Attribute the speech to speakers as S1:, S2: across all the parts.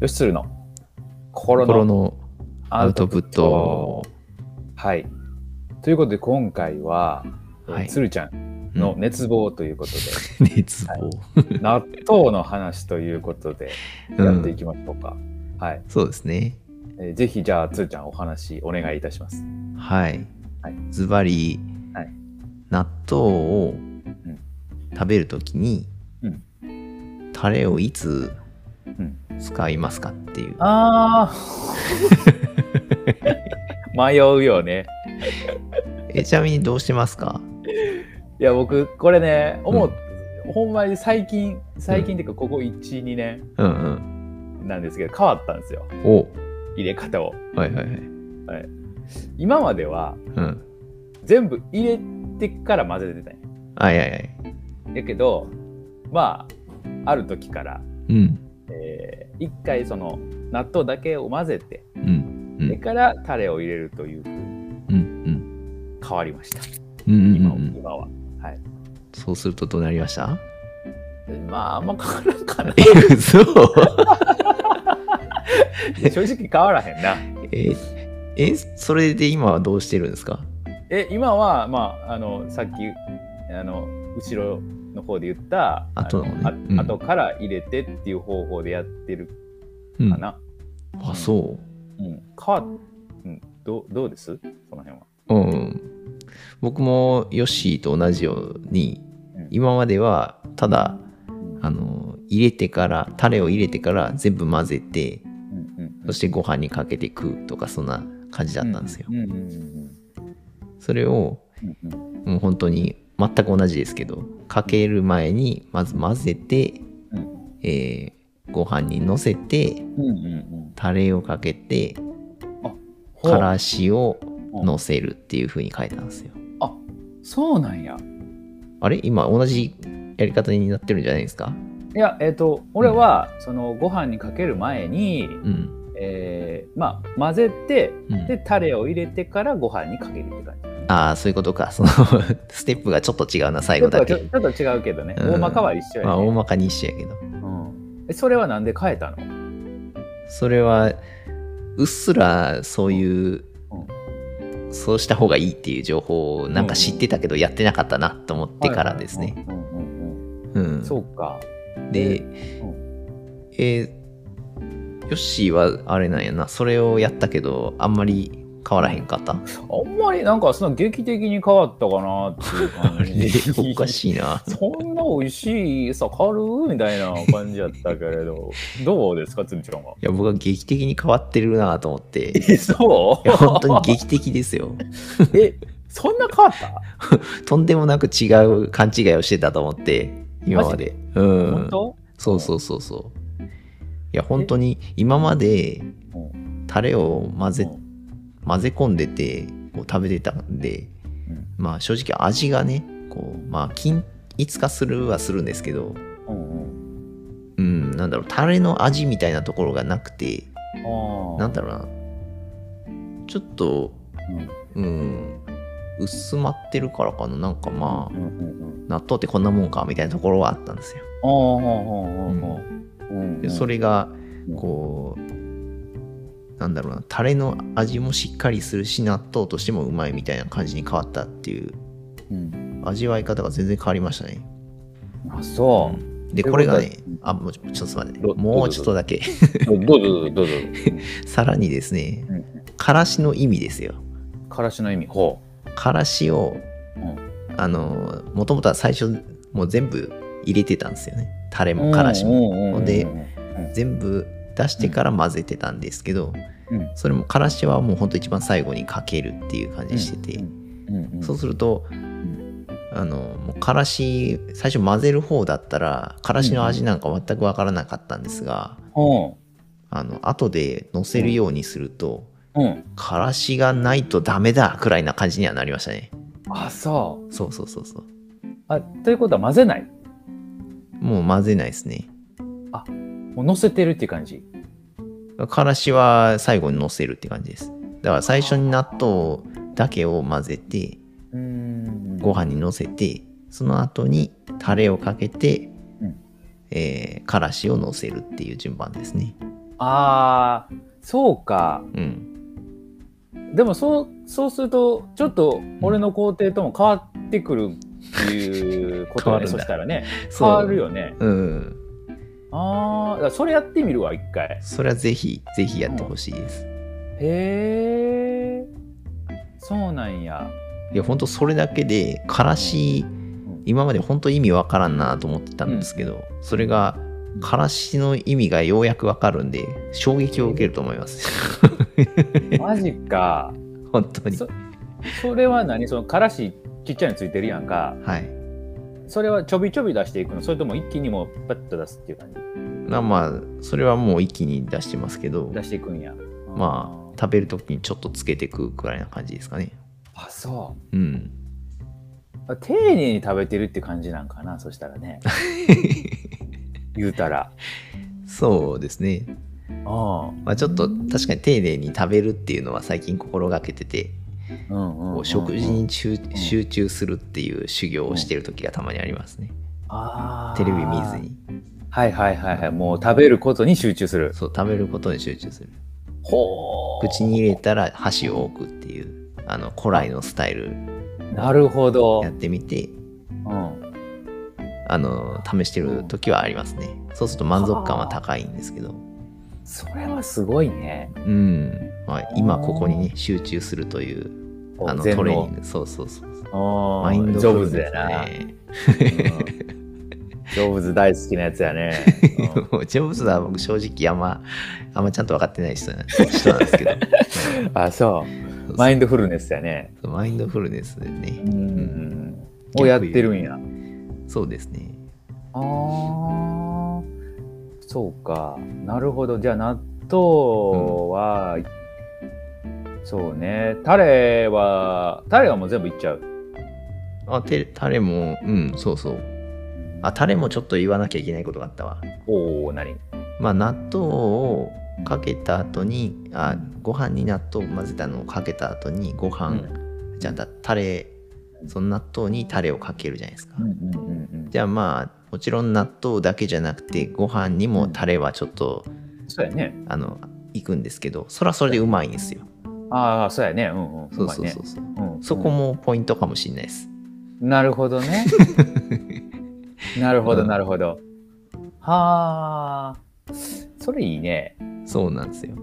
S1: よしつるの心
S2: 心
S1: の
S2: の
S1: アウトプット
S2: アウト。
S1: はい。ということで今回は、
S2: はい
S1: つるちゃんの熱望ということで、
S2: 熱望。
S1: 納豆の話ということでやっていきましょうか。はい、
S2: そうですね。
S1: えーぜひじゃあつるちゃんお話お願いいたします。
S2: はい
S1: はい。
S2: ズバリ
S1: はい、
S2: 納豆を
S1: ん
S2: 食べるときに
S1: う、
S2: タレをいつ
S1: うん
S2: 使いますかっていう。
S1: ああ 迷うよね。
S2: えちなみにどうしてますか
S1: いや僕これね思う、ほんまに最近最近っていうかここ12年
S2: うん
S1: なんですけど変わったんですよ
S2: うん。お
S1: 入れ方を。
S2: はいはいはい。
S1: 今までは
S2: うん。
S1: 全部入れてから混ぜてたん
S2: はいはいはい。
S1: ややけどまあある時から、
S2: うん。
S1: えー一回その納豆だけを混ぜて
S2: うん。うん
S1: それからタレを入れるというふうに
S2: うんうん。
S1: 変わりました
S2: うんうんうん
S1: 今,、
S2: うん。
S1: 今は。はい、
S2: そうするとどうなりました
S1: まああんま変わらん かな
S2: え、嘘
S1: 正直変わらへんな。
S2: え、え、それで今はどうしてるんですか
S1: え今は、まあ、あのさっきあの後ろの方で言った
S2: 後のね
S1: あ
S2: うん
S1: 後から入れてっていう方法でやってる
S2: う
S1: か
S2: ん。
S1: な、
S2: あ、そ
S1: う
S2: う。
S1: ん変わっうん、どうどうですその辺は、
S2: うん。僕もヨッシーと同じように
S1: うん、
S2: 今まではただ、
S1: うん
S2: あの、入れてから、タレを入れてから全部混ぜて、
S1: うん
S2: そしてご飯にかけて食うとか、そんな感じだったんですよ。
S1: うんうんうん
S2: それを、
S1: うんうん
S2: もう本当に全く同じですけど、かける前に、まず混ぜて、
S1: うん
S2: えーご飯にのせて、
S1: うんうんうん
S2: タレをかけて、
S1: ほう
S2: からしをのせるっていう風に書いたんですよ。
S1: あそうなんや
S2: あれ今同じやり方になってるんじゃないですか
S1: いやえっ、と俺は、そのご飯にかける前に、
S2: うん。
S1: えーまあ混ぜて
S2: うん
S1: でタレを入れてからご飯にかけるって感じ
S2: ああ、そういうことか。その ステップがちょっと違うな、最
S1: ちょっと
S2: 後だ
S1: ちょ
S2: け。
S1: ちょっと違うけどね、
S2: うん
S1: 大まかは一緒や
S2: まあ、大
S1: ね、
S2: まかに一緒やけど。
S1: うんえそれはなんで変えたの
S2: それは、うっすらそういう、そうした方がいいっていう情報をなんか知ってたけどやってなかったなと思ってからですね。。
S1: うんうん
S2: うん
S1: うん、そうか。
S2: で、えーヨッシーはあれなんやな、それをやったけど、あんまり変わらへんかった。
S1: あんまりなんかその劇的に変わったかなっていう
S2: あ
S1: 感
S2: れ
S1: じ。
S2: おかしいな。
S1: そんな美味しいさ変わるみたいな感じやったけれ ど、どうですか、つみちゃんは。
S2: いや、僕は劇的に変わってるなと思って。い
S1: え、そ
S2: や、本当に劇的です
S1: う
S2: よ。
S1: え、そんな変わった、
S2: とんでもなく違う勘違いをしてたと思って、今まで。うん。
S1: 本当
S2: そうそうそうそう。いや、本当に今まで
S1: う
S2: タレを混ぜ
S1: う、ん
S2: 混ぜ込んでて、こう食べてたんで、
S1: うん
S2: まあ正直味がね、こう、まあ均一化するはするんですけど、
S1: うん
S2: うん、なんだろう、タレの味みたいなところがなくて、
S1: うん、
S2: なん
S1: て、
S2: だろうな、ちょっと、うん、薄まってるからかな、なんかま
S1: う
S2: あ、
S1: んうんうん
S2: 納豆ってこんなもんかみたいなところはあったんですよ。
S1: あーうんうんうんうん
S2: でそれが
S1: うん、
S2: こう、なんだろうな、タレの味もしっかりするし、納豆としてもうまいみたいな感じに変わったっていう、
S1: うん、
S2: 味わい方が全然変わりましたね。
S1: あそう。
S2: で、
S1: という
S2: こ
S1: こ
S2: れ
S1: と
S2: が
S1: は
S2: ね、あ、もうちょちょっと待って
S1: ど、
S2: もうちょっとだけ、
S1: どうぞどうぞ。
S2: さらにですね
S1: うん、
S2: からしの意味ですよ。
S1: からしの意味。ほ
S2: からしを、
S1: うん
S2: あのもともとは最初もう全部入れてたんですよねタレ
S1: う。
S2: もからしも
S1: も
S2: で
S1: うん
S2: 全部出してから混ぜてたんですけど、
S1: うん
S2: それもからしはもうほんと一番最後にかけるっていう感じにしてて、
S1: うんうん、
S2: そうすると、あのもうからし最初混ぜる方だったらからしの味なんか全くわからなかったんですが、
S1: ほ
S2: あの後で乗せるようにすると、
S1: う。うん。
S2: からしがないとダメだくらいな感じにはなりましたね
S1: あそう。
S2: そうそうそうそう
S1: あということは混ぜない。
S2: もう混ぜないですね
S1: もう乗せてるっていう感じ。
S2: からしは最後に乗せるって感じですだから最初に納豆だけを混ぜて
S1: うーん。
S2: ご飯に乗せてその後にタレをかけて、
S1: うん
S2: えーからしを乗せるっていう順番ですね
S1: ああ、そうか。
S2: うん。
S1: でもそう、そうすると、ちょっと俺の工程とも変わってくるっていうことだね、
S2: 変わるんだ
S1: そしたらね。変
S2: そう
S1: わるよね。
S2: うん。
S1: ああ、だからそれやってみるわ、一回。
S2: それはぜひ、ぜひやってほしいです。
S1: へえ、そうなんや。
S2: いや、本当それだけで、からし、今まで本当意味わからんなと思ってたんですけど、それが、からしの意味がようやくわかるんで、衝撃を受けると思います。
S1: マジか。
S2: 本当に。
S1: そそれは何そのからしちっちゃいのついてるやんか。
S2: はい。
S1: それはちょびちょび出していくのそれとも一気にもうパッと出すっていう感じ
S2: まあまあ、それはもう一気に出してますけど、
S1: 出していくんや。
S2: まあ、食べるときにちょっとつけてくくらいな感じですかね。
S1: あ。あ、そ
S2: うん。
S1: う。丁寧に食べてるって感じなんかな、そしたら ね。言うたら。
S2: そうですね。
S1: うん。
S2: まあ、ちょっと確かに丁寧に食べるっていうのは最近心がけてて、
S1: うんうんうんうん
S2: こう食事に集集中するっていう修行をしてる時がたまにありますね。
S1: あー
S2: テレビ見ずに。
S1: はいはいはいはいもう食べることに集中する
S2: そう、食べることに集中する。
S1: ほ
S2: 口に入れたら箸を置くっていう、あの、古来のスタイル
S1: なるほど
S2: やってみて、
S1: うん
S2: あの、試してる時はありますね。そうすると満足感は高いんですけど。
S1: それはすごいね
S2: うん、まあ、今ここにね集中するというあの
S1: 全
S2: トレーニングそうそうそうそう
S1: 能
S2: マインド
S1: ジョブ
S2: フ
S1: ズ
S2: ルネ
S1: や
S2: ス
S1: な、
S2: ね
S1: うんジョブズ大好きなやつや ね、うん
S2: もうジョブズは僕正直あんまあんまちゃんと分かってない人なん人なんです けど
S1: あそ
S2: そう
S1: うマインドフルネスやね
S2: そうマインドフルネスでね
S1: うんをやってるんや
S2: そうですね
S1: あーそうかなるほどじゃあ納豆は、そうねタレはタレはもう全部いっちゃう
S2: あてタレもうんそうそうあタレもちょっと言わなきゃいけないことがあったわ
S1: おお何
S2: まあ納豆をかけた後にあご飯に納豆を混ぜたのをかけた後にご飯、じゃあだタレその納豆にタレをかけるじゃないですか、
S1: うんうんうんうん
S2: じゃあまあもちろん納豆だけじゃなくてご飯にもタレはちょっと
S1: そうやね
S2: あのいくんですけどそれはそれでうまいんですよ
S1: ああそうやねうんうん
S2: そうそうそうそう、
S1: うまいねうん
S2: そこもポイントかもしれないです
S1: なるほど ねなるほどなるほど、はあそれいいね
S2: そうなんですよ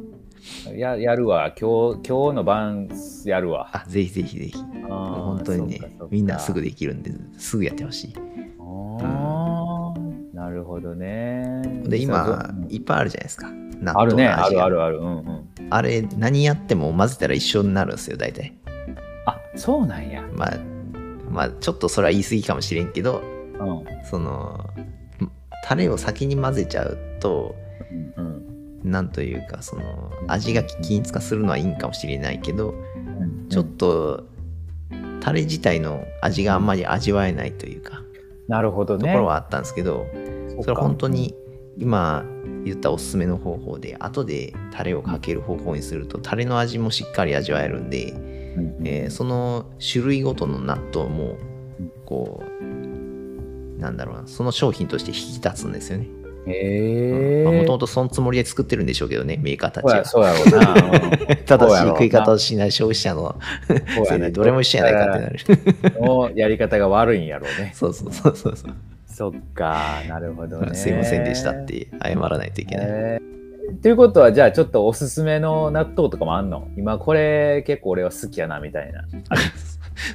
S1: ややるわ今日今日の晩やるわ
S2: あぜひぜひぜひ
S1: あー
S2: もう本当に
S1: そうか
S2: ね
S1: そうか
S2: みんなすぐできるんですぐやってほしい
S1: あーなるほどね。
S2: で今
S1: そう
S2: いっぱいあるじゃないですか納
S1: あるね、
S2: の
S1: あ
S2: 味
S1: る
S2: が
S1: あるある。うんうん。
S2: あれ何やっても混ぜたら一緒になるんですよ大体
S1: あ、そうなんや。
S2: まあまあちょっとそれは言い過ぎかもしれんけど
S1: うん。うん
S2: そのタレを先に混ぜちゃうと
S1: うん
S2: なんというかその
S1: うん
S2: 味が均一化するのはいいんかもしれないけど
S1: うん
S2: ちょっとタレ自体の味があんまり味わえないというか
S1: なるほど
S2: と
S1: ね。
S2: ころはあったんですけど
S1: そっか、
S2: それは本当に今言ったおすすめの方法で後でタレをかける方法にするとタレの味もしっかり味わえるんで
S1: うんうん、
S2: えーその種類ごとの納豆も
S1: うん
S2: こうなんだろうなその商品として引き立つんですよね
S1: へえ。
S2: もともとそのつもりで作ってるんでしょうけどねメーカーたち
S1: そうや
S2: は
S1: そうやろうな。う ん
S2: 正しい食い方をしない消費者の
S1: そう
S2: せ
S1: や
S2: い
S1: ね
S2: でどれも一緒やないかってなる
S1: のやり方が悪いんやろうね。
S2: そうそうそうそうそう
S1: そっか、なるほどね。
S2: すいませんでしたって謝らないといけない
S1: へー。ということは、じゃあちょっとおすすめの納豆とかもあんの今これ結構俺は好きやなみたいな。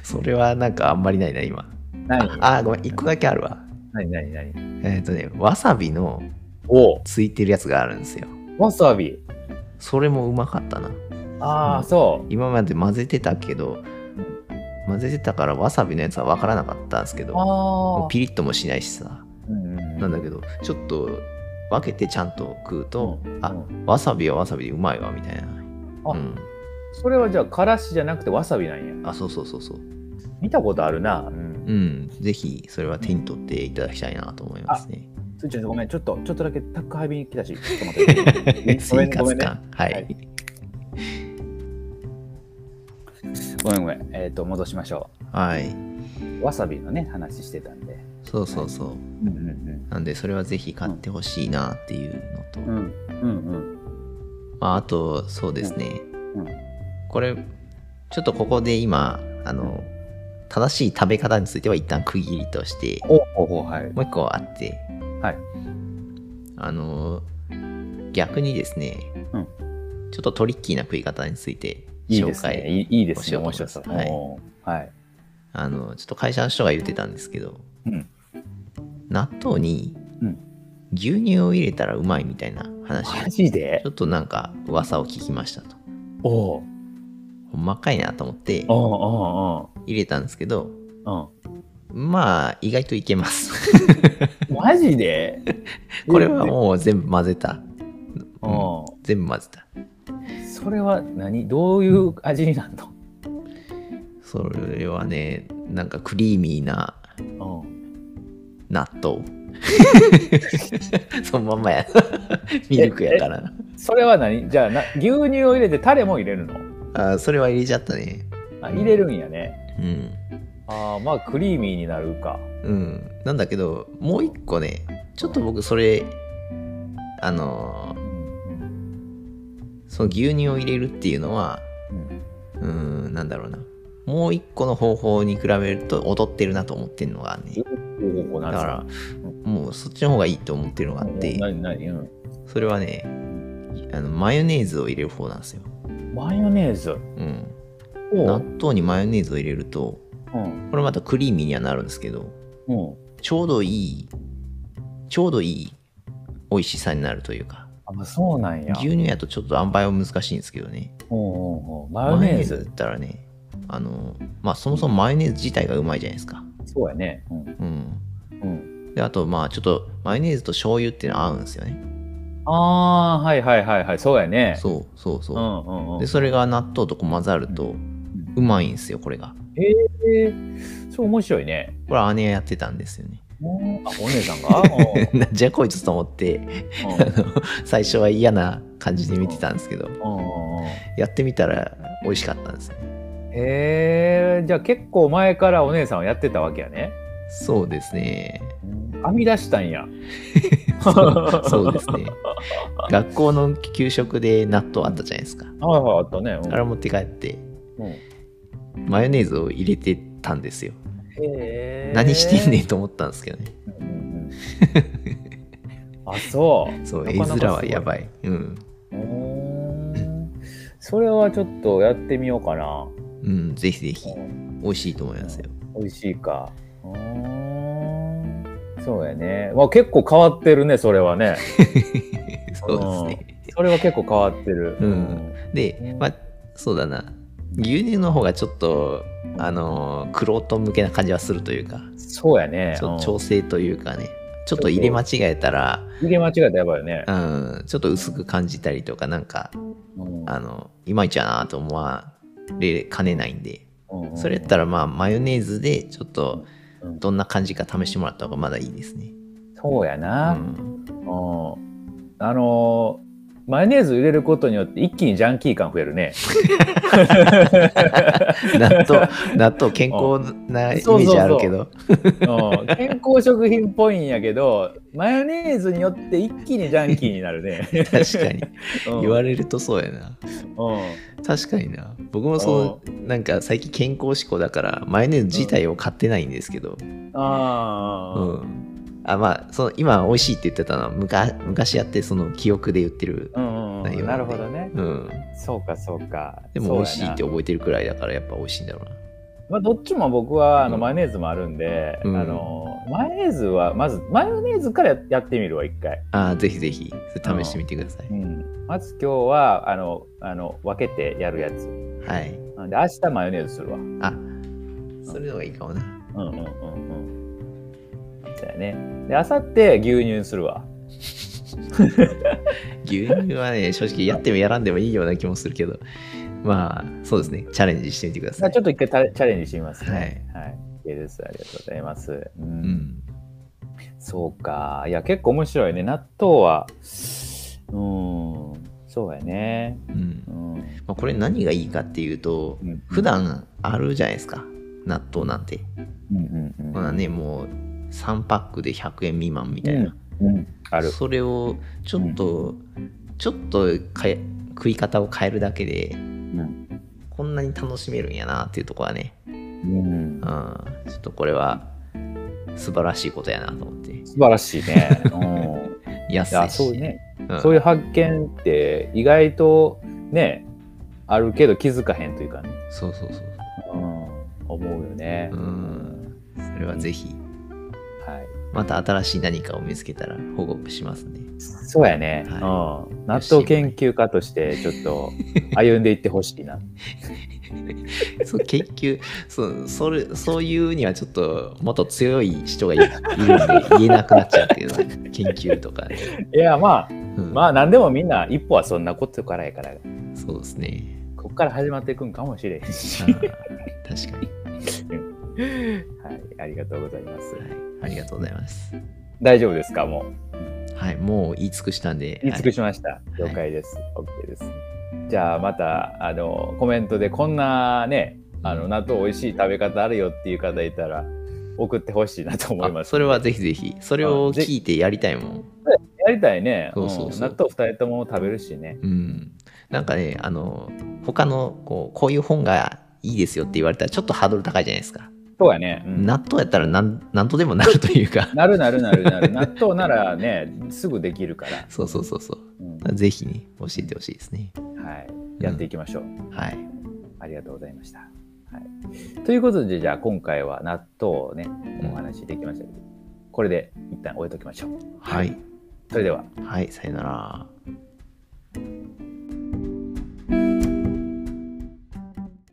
S2: それはなんかあんまりないな今
S1: 何
S2: ああごめん一個だけあるわ
S1: 何何何
S2: えっ、とねわさびの
S1: おう
S2: ついてるやつがあるんですよ
S1: わさび。
S2: それもうまかったな
S1: ああ、
S2: うん
S1: そう。
S2: 今まで混ぜてたけど混ぜてたからわさびのやつは分からなかったんですけども
S1: あ
S2: うピリッともしないしさ
S1: あ。
S2: なんだ
S1: け
S2: けどちょっと分けてちゃんと食うと、
S1: うん
S2: あ
S1: うん
S2: わさびはわさびでうまいわみたいな
S1: あ
S2: うん、
S1: それはじゃあ、からしじゃなくてわさびなんや。
S2: あそうそうそうそう
S1: 見たことあるな。うん。
S2: うんぜひそれは手に取っていただきたいなと思いますね
S1: すーちゃん、ごめん、ちょっと、ちょっとだけ宅配便来た し、ちょっと待って。ごめ
S2: 生
S1: ん、ごめ
S2: 活
S1: んね。
S2: 感はい、
S1: はいごめん、ごめん。えっ、と、戻しましょ
S2: はい、
S1: う。わさびのね、話してたんで。
S2: そうそうそう、
S1: うんうん
S2: なんでそれはぜひ買ってほしいなっていうのと、
S1: うん。うんうんうん。
S2: まあ、あと、そうですね。
S1: うんうん
S2: これ、ちょっとここで今、あの、正しい食べ方については一旦区切りとして、
S1: おおおはい。
S2: もう一個あって、
S1: はい。
S2: あの、逆にですね、
S1: うん
S2: ちょっとトリッキーな食い方について
S1: いい
S2: 紹
S1: です
S2: 介
S1: ね。いいいいですね。
S2: を
S1: 面
S2: しよ
S1: 白
S2: うと
S1: そう。
S2: 思います
S1: おーはい。
S2: あの、ちょっと会社の人が言ってたんですけど、
S1: うん
S2: 納豆に
S1: うん
S2: 牛乳を入れたらうまいみたいな話を
S1: マジで
S2: ちょっとなんか噂を聞きましたと。
S1: おお
S2: ほんまかいなと思って
S1: おお
S2: 入れたんですけど、
S1: おお
S2: まあ意外といけます。
S1: うん。マジ で
S2: これはもう全部混ぜた。
S1: うんおー
S2: 全部混ぜた。
S1: それは何どういう味になる
S2: それはね、なんかクリーミーな
S1: のうん
S2: 納 豆。そのまんまや。 ミルクやから。
S1: それは何じゃあな牛乳を入れてタレも入れるの
S2: あそれは入れちゃったね。
S1: あ入れるんやね。
S2: うん。
S1: ああまあクリーミーになるか。
S2: うん。なんだけど、もう一個ね、ちょっと僕それ、あのー、
S1: うん
S2: その牛乳を入れるっていうのは、
S1: うん
S2: うーん、なんだろうな。もう一個の方法に比べると劣ってるなと思ってるのがね。
S1: おおな
S2: だ
S1: るほど
S2: から、もうそっちの方がいいと思ってるのがあって、
S1: 何何うん
S2: それはね、あのマヨネーズを入れる方なんですよ。
S1: マヨネーズ。
S2: うん。
S1: お
S2: 納
S1: う
S2: 豆にマヨネーズを入れると、
S1: うん
S2: これまたクリーミーにはなるんですけど、
S1: うん。
S2: ちょうどいい、ちょうどいい美味しさになるというか、
S1: あまあそうなんや。
S2: 牛乳やとちょっと塩梅は難しいんですけどね。
S1: おうおうおうマヨネーズ。
S2: だったらね、あの、まあそもそもマヨネーズ自体がうまいじゃないですか。
S1: そうやね。うん
S2: うん。
S1: うん、
S2: で、あと、まあ、ちょっと、マヨネーズと醤油っていうのは合うんですよね。
S1: ああーはいはいはいはいそうやね。
S2: そうそうそうう。
S1: んうんうん
S2: で、それが納豆とこう混ざると、うまいんですよ、これが。
S1: えー、そう面白いね。
S2: これ、姉がやってたんですよね。
S1: あお姉さん がおう
S2: なんじゃこいつと思って、あの最初は嫌な感じで見てたんですけど、
S1: うんうんうんうん
S2: やってみたら美味しかったんですね。
S1: へえじゃあ結構前からお姉さんはやってたわけやね。
S2: そうで すね。
S1: 編み出したんや。
S2: そうそうですね。学校の給食で納豆あったじゃないですか。
S1: はいはいあったね。うん
S2: あれ持って帰って、
S1: うん
S2: マヨネーズを入れてたんですよ。
S1: へー
S2: 何してんねんと思ったんですけどね。
S1: うんうんうんあそう。
S2: そう、絵
S1: なかなかすご
S2: 面はやばい。うん。
S1: うーんそれはちょっとやってみようかな。
S2: うん、ぜひぜひ。
S1: うん
S2: 美味しいと思いますよ。
S1: 美味しいか。うーんそうやね。まあ、結構変わってるね、それはね。
S2: そうですね。
S1: それは結構変わってる。
S2: うん
S1: うん
S2: で、まあ、そうだな。牛乳の方がちょっと、あのー、クロート向けな感じはするというか、
S1: そうやね。
S2: ちょ
S1: うん
S2: 調整というかね、ちょっと入れ間違えたら、
S1: 入れ間違えたらやばいよね。
S2: うん、ちょっと薄く感じたりとか、なんか、
S1: うん
S2: あの、いまいちやなと思われかねないんで、
S1: うんうん
S2: それやったら、まあ、マヨネーズで、ちょっと、
S1: うん
S2: どんな感じか試してもらった方がまだいいですね。
S1: そうや
S2: う
S1: な。
S2: ん、
S1: うんあのーマヨネーズ入れることによって一気にジャンキー感増える ね。
S2: 納豆、納豆健康なイメージあるけど、
S1: うん健康食品っぽいんやけど、マヨネーズによって一気にジャンキーになるね。
S2: 確かに。
S1: うん
S2: 言われるとそうやな。
S1: う
S2: 確かにな。僕もそう、なんか最近健康志向だから、マヨネーズ自体を買ってないんですけど、
S1: ん。あ
S2: う
S1: ー
S2: ん。あ、まあ、その、今美味しいって言ってたのは、むか昔やって、その記憶で言ってる
S1: う。んうん
S2: 内
S1: うん。
S2: 容
S1: な
S2: なんで
S1: るほどね。
S2: うん。
S1: そうかそうか。
S2: でも
S1: そう
S2: 美
S1: や
S2: 味しい
S1: な
S2: って覚えてるくらいだから、やっぱ美味しいんだろうな。
S1: まあ、どっちも僕はあの
S2: うん
S1: マヨネーズもあるんで、
S2: うん
S1: あのマヨネーズはまずマヨネーズからややってみるわ一回、
S2: ああ、ぜひぜひ、それ試してみてください。
S1: まず今日はあのあの分けてやるやつ
S2: はい。
S1: なんで明日マヨネーズするわうん
S2: あ、それの方がいいかもな。
S1: うんうんうんそうやねで明後日牛乳するわ
S2: 牛乳はね、正直やってもやらんでもいいような気もするけど、まあ、そうですね。チャレンジしてみてくだ
S1: ま
S2: さ
S1: あ
S2: い
S1: ち。ょっと一回タレチャレンジしてみますねはい、OK ですありがとうございます、うん
S2: うん。
S1: そうかいや結構面白いね納豆はうんそうやね
S2: うん
S1: うん
S2: まあ、これ何がいいかっていうと、
S1: うん
S2: 普段あるじゃないですか納豆なんて
S1: うんうんうん
S2: まだねもう3パックで100円未満みたいな、
S1: うん、ある。
S2: それをちょっと、ちょっとかえ食い方を変えるだけで、
S1: ん
S2: こんなに楽しめるんやなっていうところはね、
S1: うん
S2: うん、ちょっとこれは素晴らしいことやなと思って。
S1: 素晴らしいね。 うん
S2: 安
S1: い
S2: い
S1: や
S2: し。
S1: そうね、
S2: うん
S1: そういう発見って意外とねあるけど気づかへんというかね、
S2: そうそうそう。
S1: うん、思うよね、
S2: うん。それはぜひ、
S1: はい
S2: また新しい何かを見つけたら報告しますね。
S1: そうやね、
S2: は
S1: うん、納豆研究家としてちょっと歩んでいってほしいな
S2: そう研究そうそれそういうにはちょっともっと強い人がいいるんで言えなくなっちゃうっていうのは研究とかね、
S1: いやまあ
S2: うん
S1: まあ何でもみんな一歩はそんなことからやから
S2: そうですね
S1: こっから始まっていくんかもしれんし、
S2: あ
S1: は
S2: ー確かに、
S1: い、ありがとうございます
S2: はい、ありがとうございます
S1: 大丈夫ですかもう
S2: はいもう言い尽くしたんで
S1: 言い尽く
S2: し
S1: しました。了解です。OK です。じゃあまたあのコメントでこんなねあの納豆美味しい食べ方あるよっていう方いたら送ってほしいなと思います。
S2: それはぜひぜひそれを
S1: あぜ
S2: 聞いてやりたいもん
S1: やりたいね。
S2: そうそうそうん
S1: 納豆二人とも食べるしね。
S2: うんなんかねあの他のこうこういう本がいいですよって言われたらちょっとハードル高いじゃないですか
S1: そうやね。うん
S2: 納豆やったらなん何とでもなるというか
S1: なるなるなるなる。納豆ならね すぐできるから。
S2: そうそうそうそう
S1: うん
S2: ぜひね、教えてほしいですね。
S1: はい。やっていきましょう。
S2: はい。
S1: ありがとうございました。はい、ということでじゃあ今回は納豆をねお話しできましたけど、これで一旦終えときましょう。
S2: はい。
S1: それでは。
S2: はい、さよなら。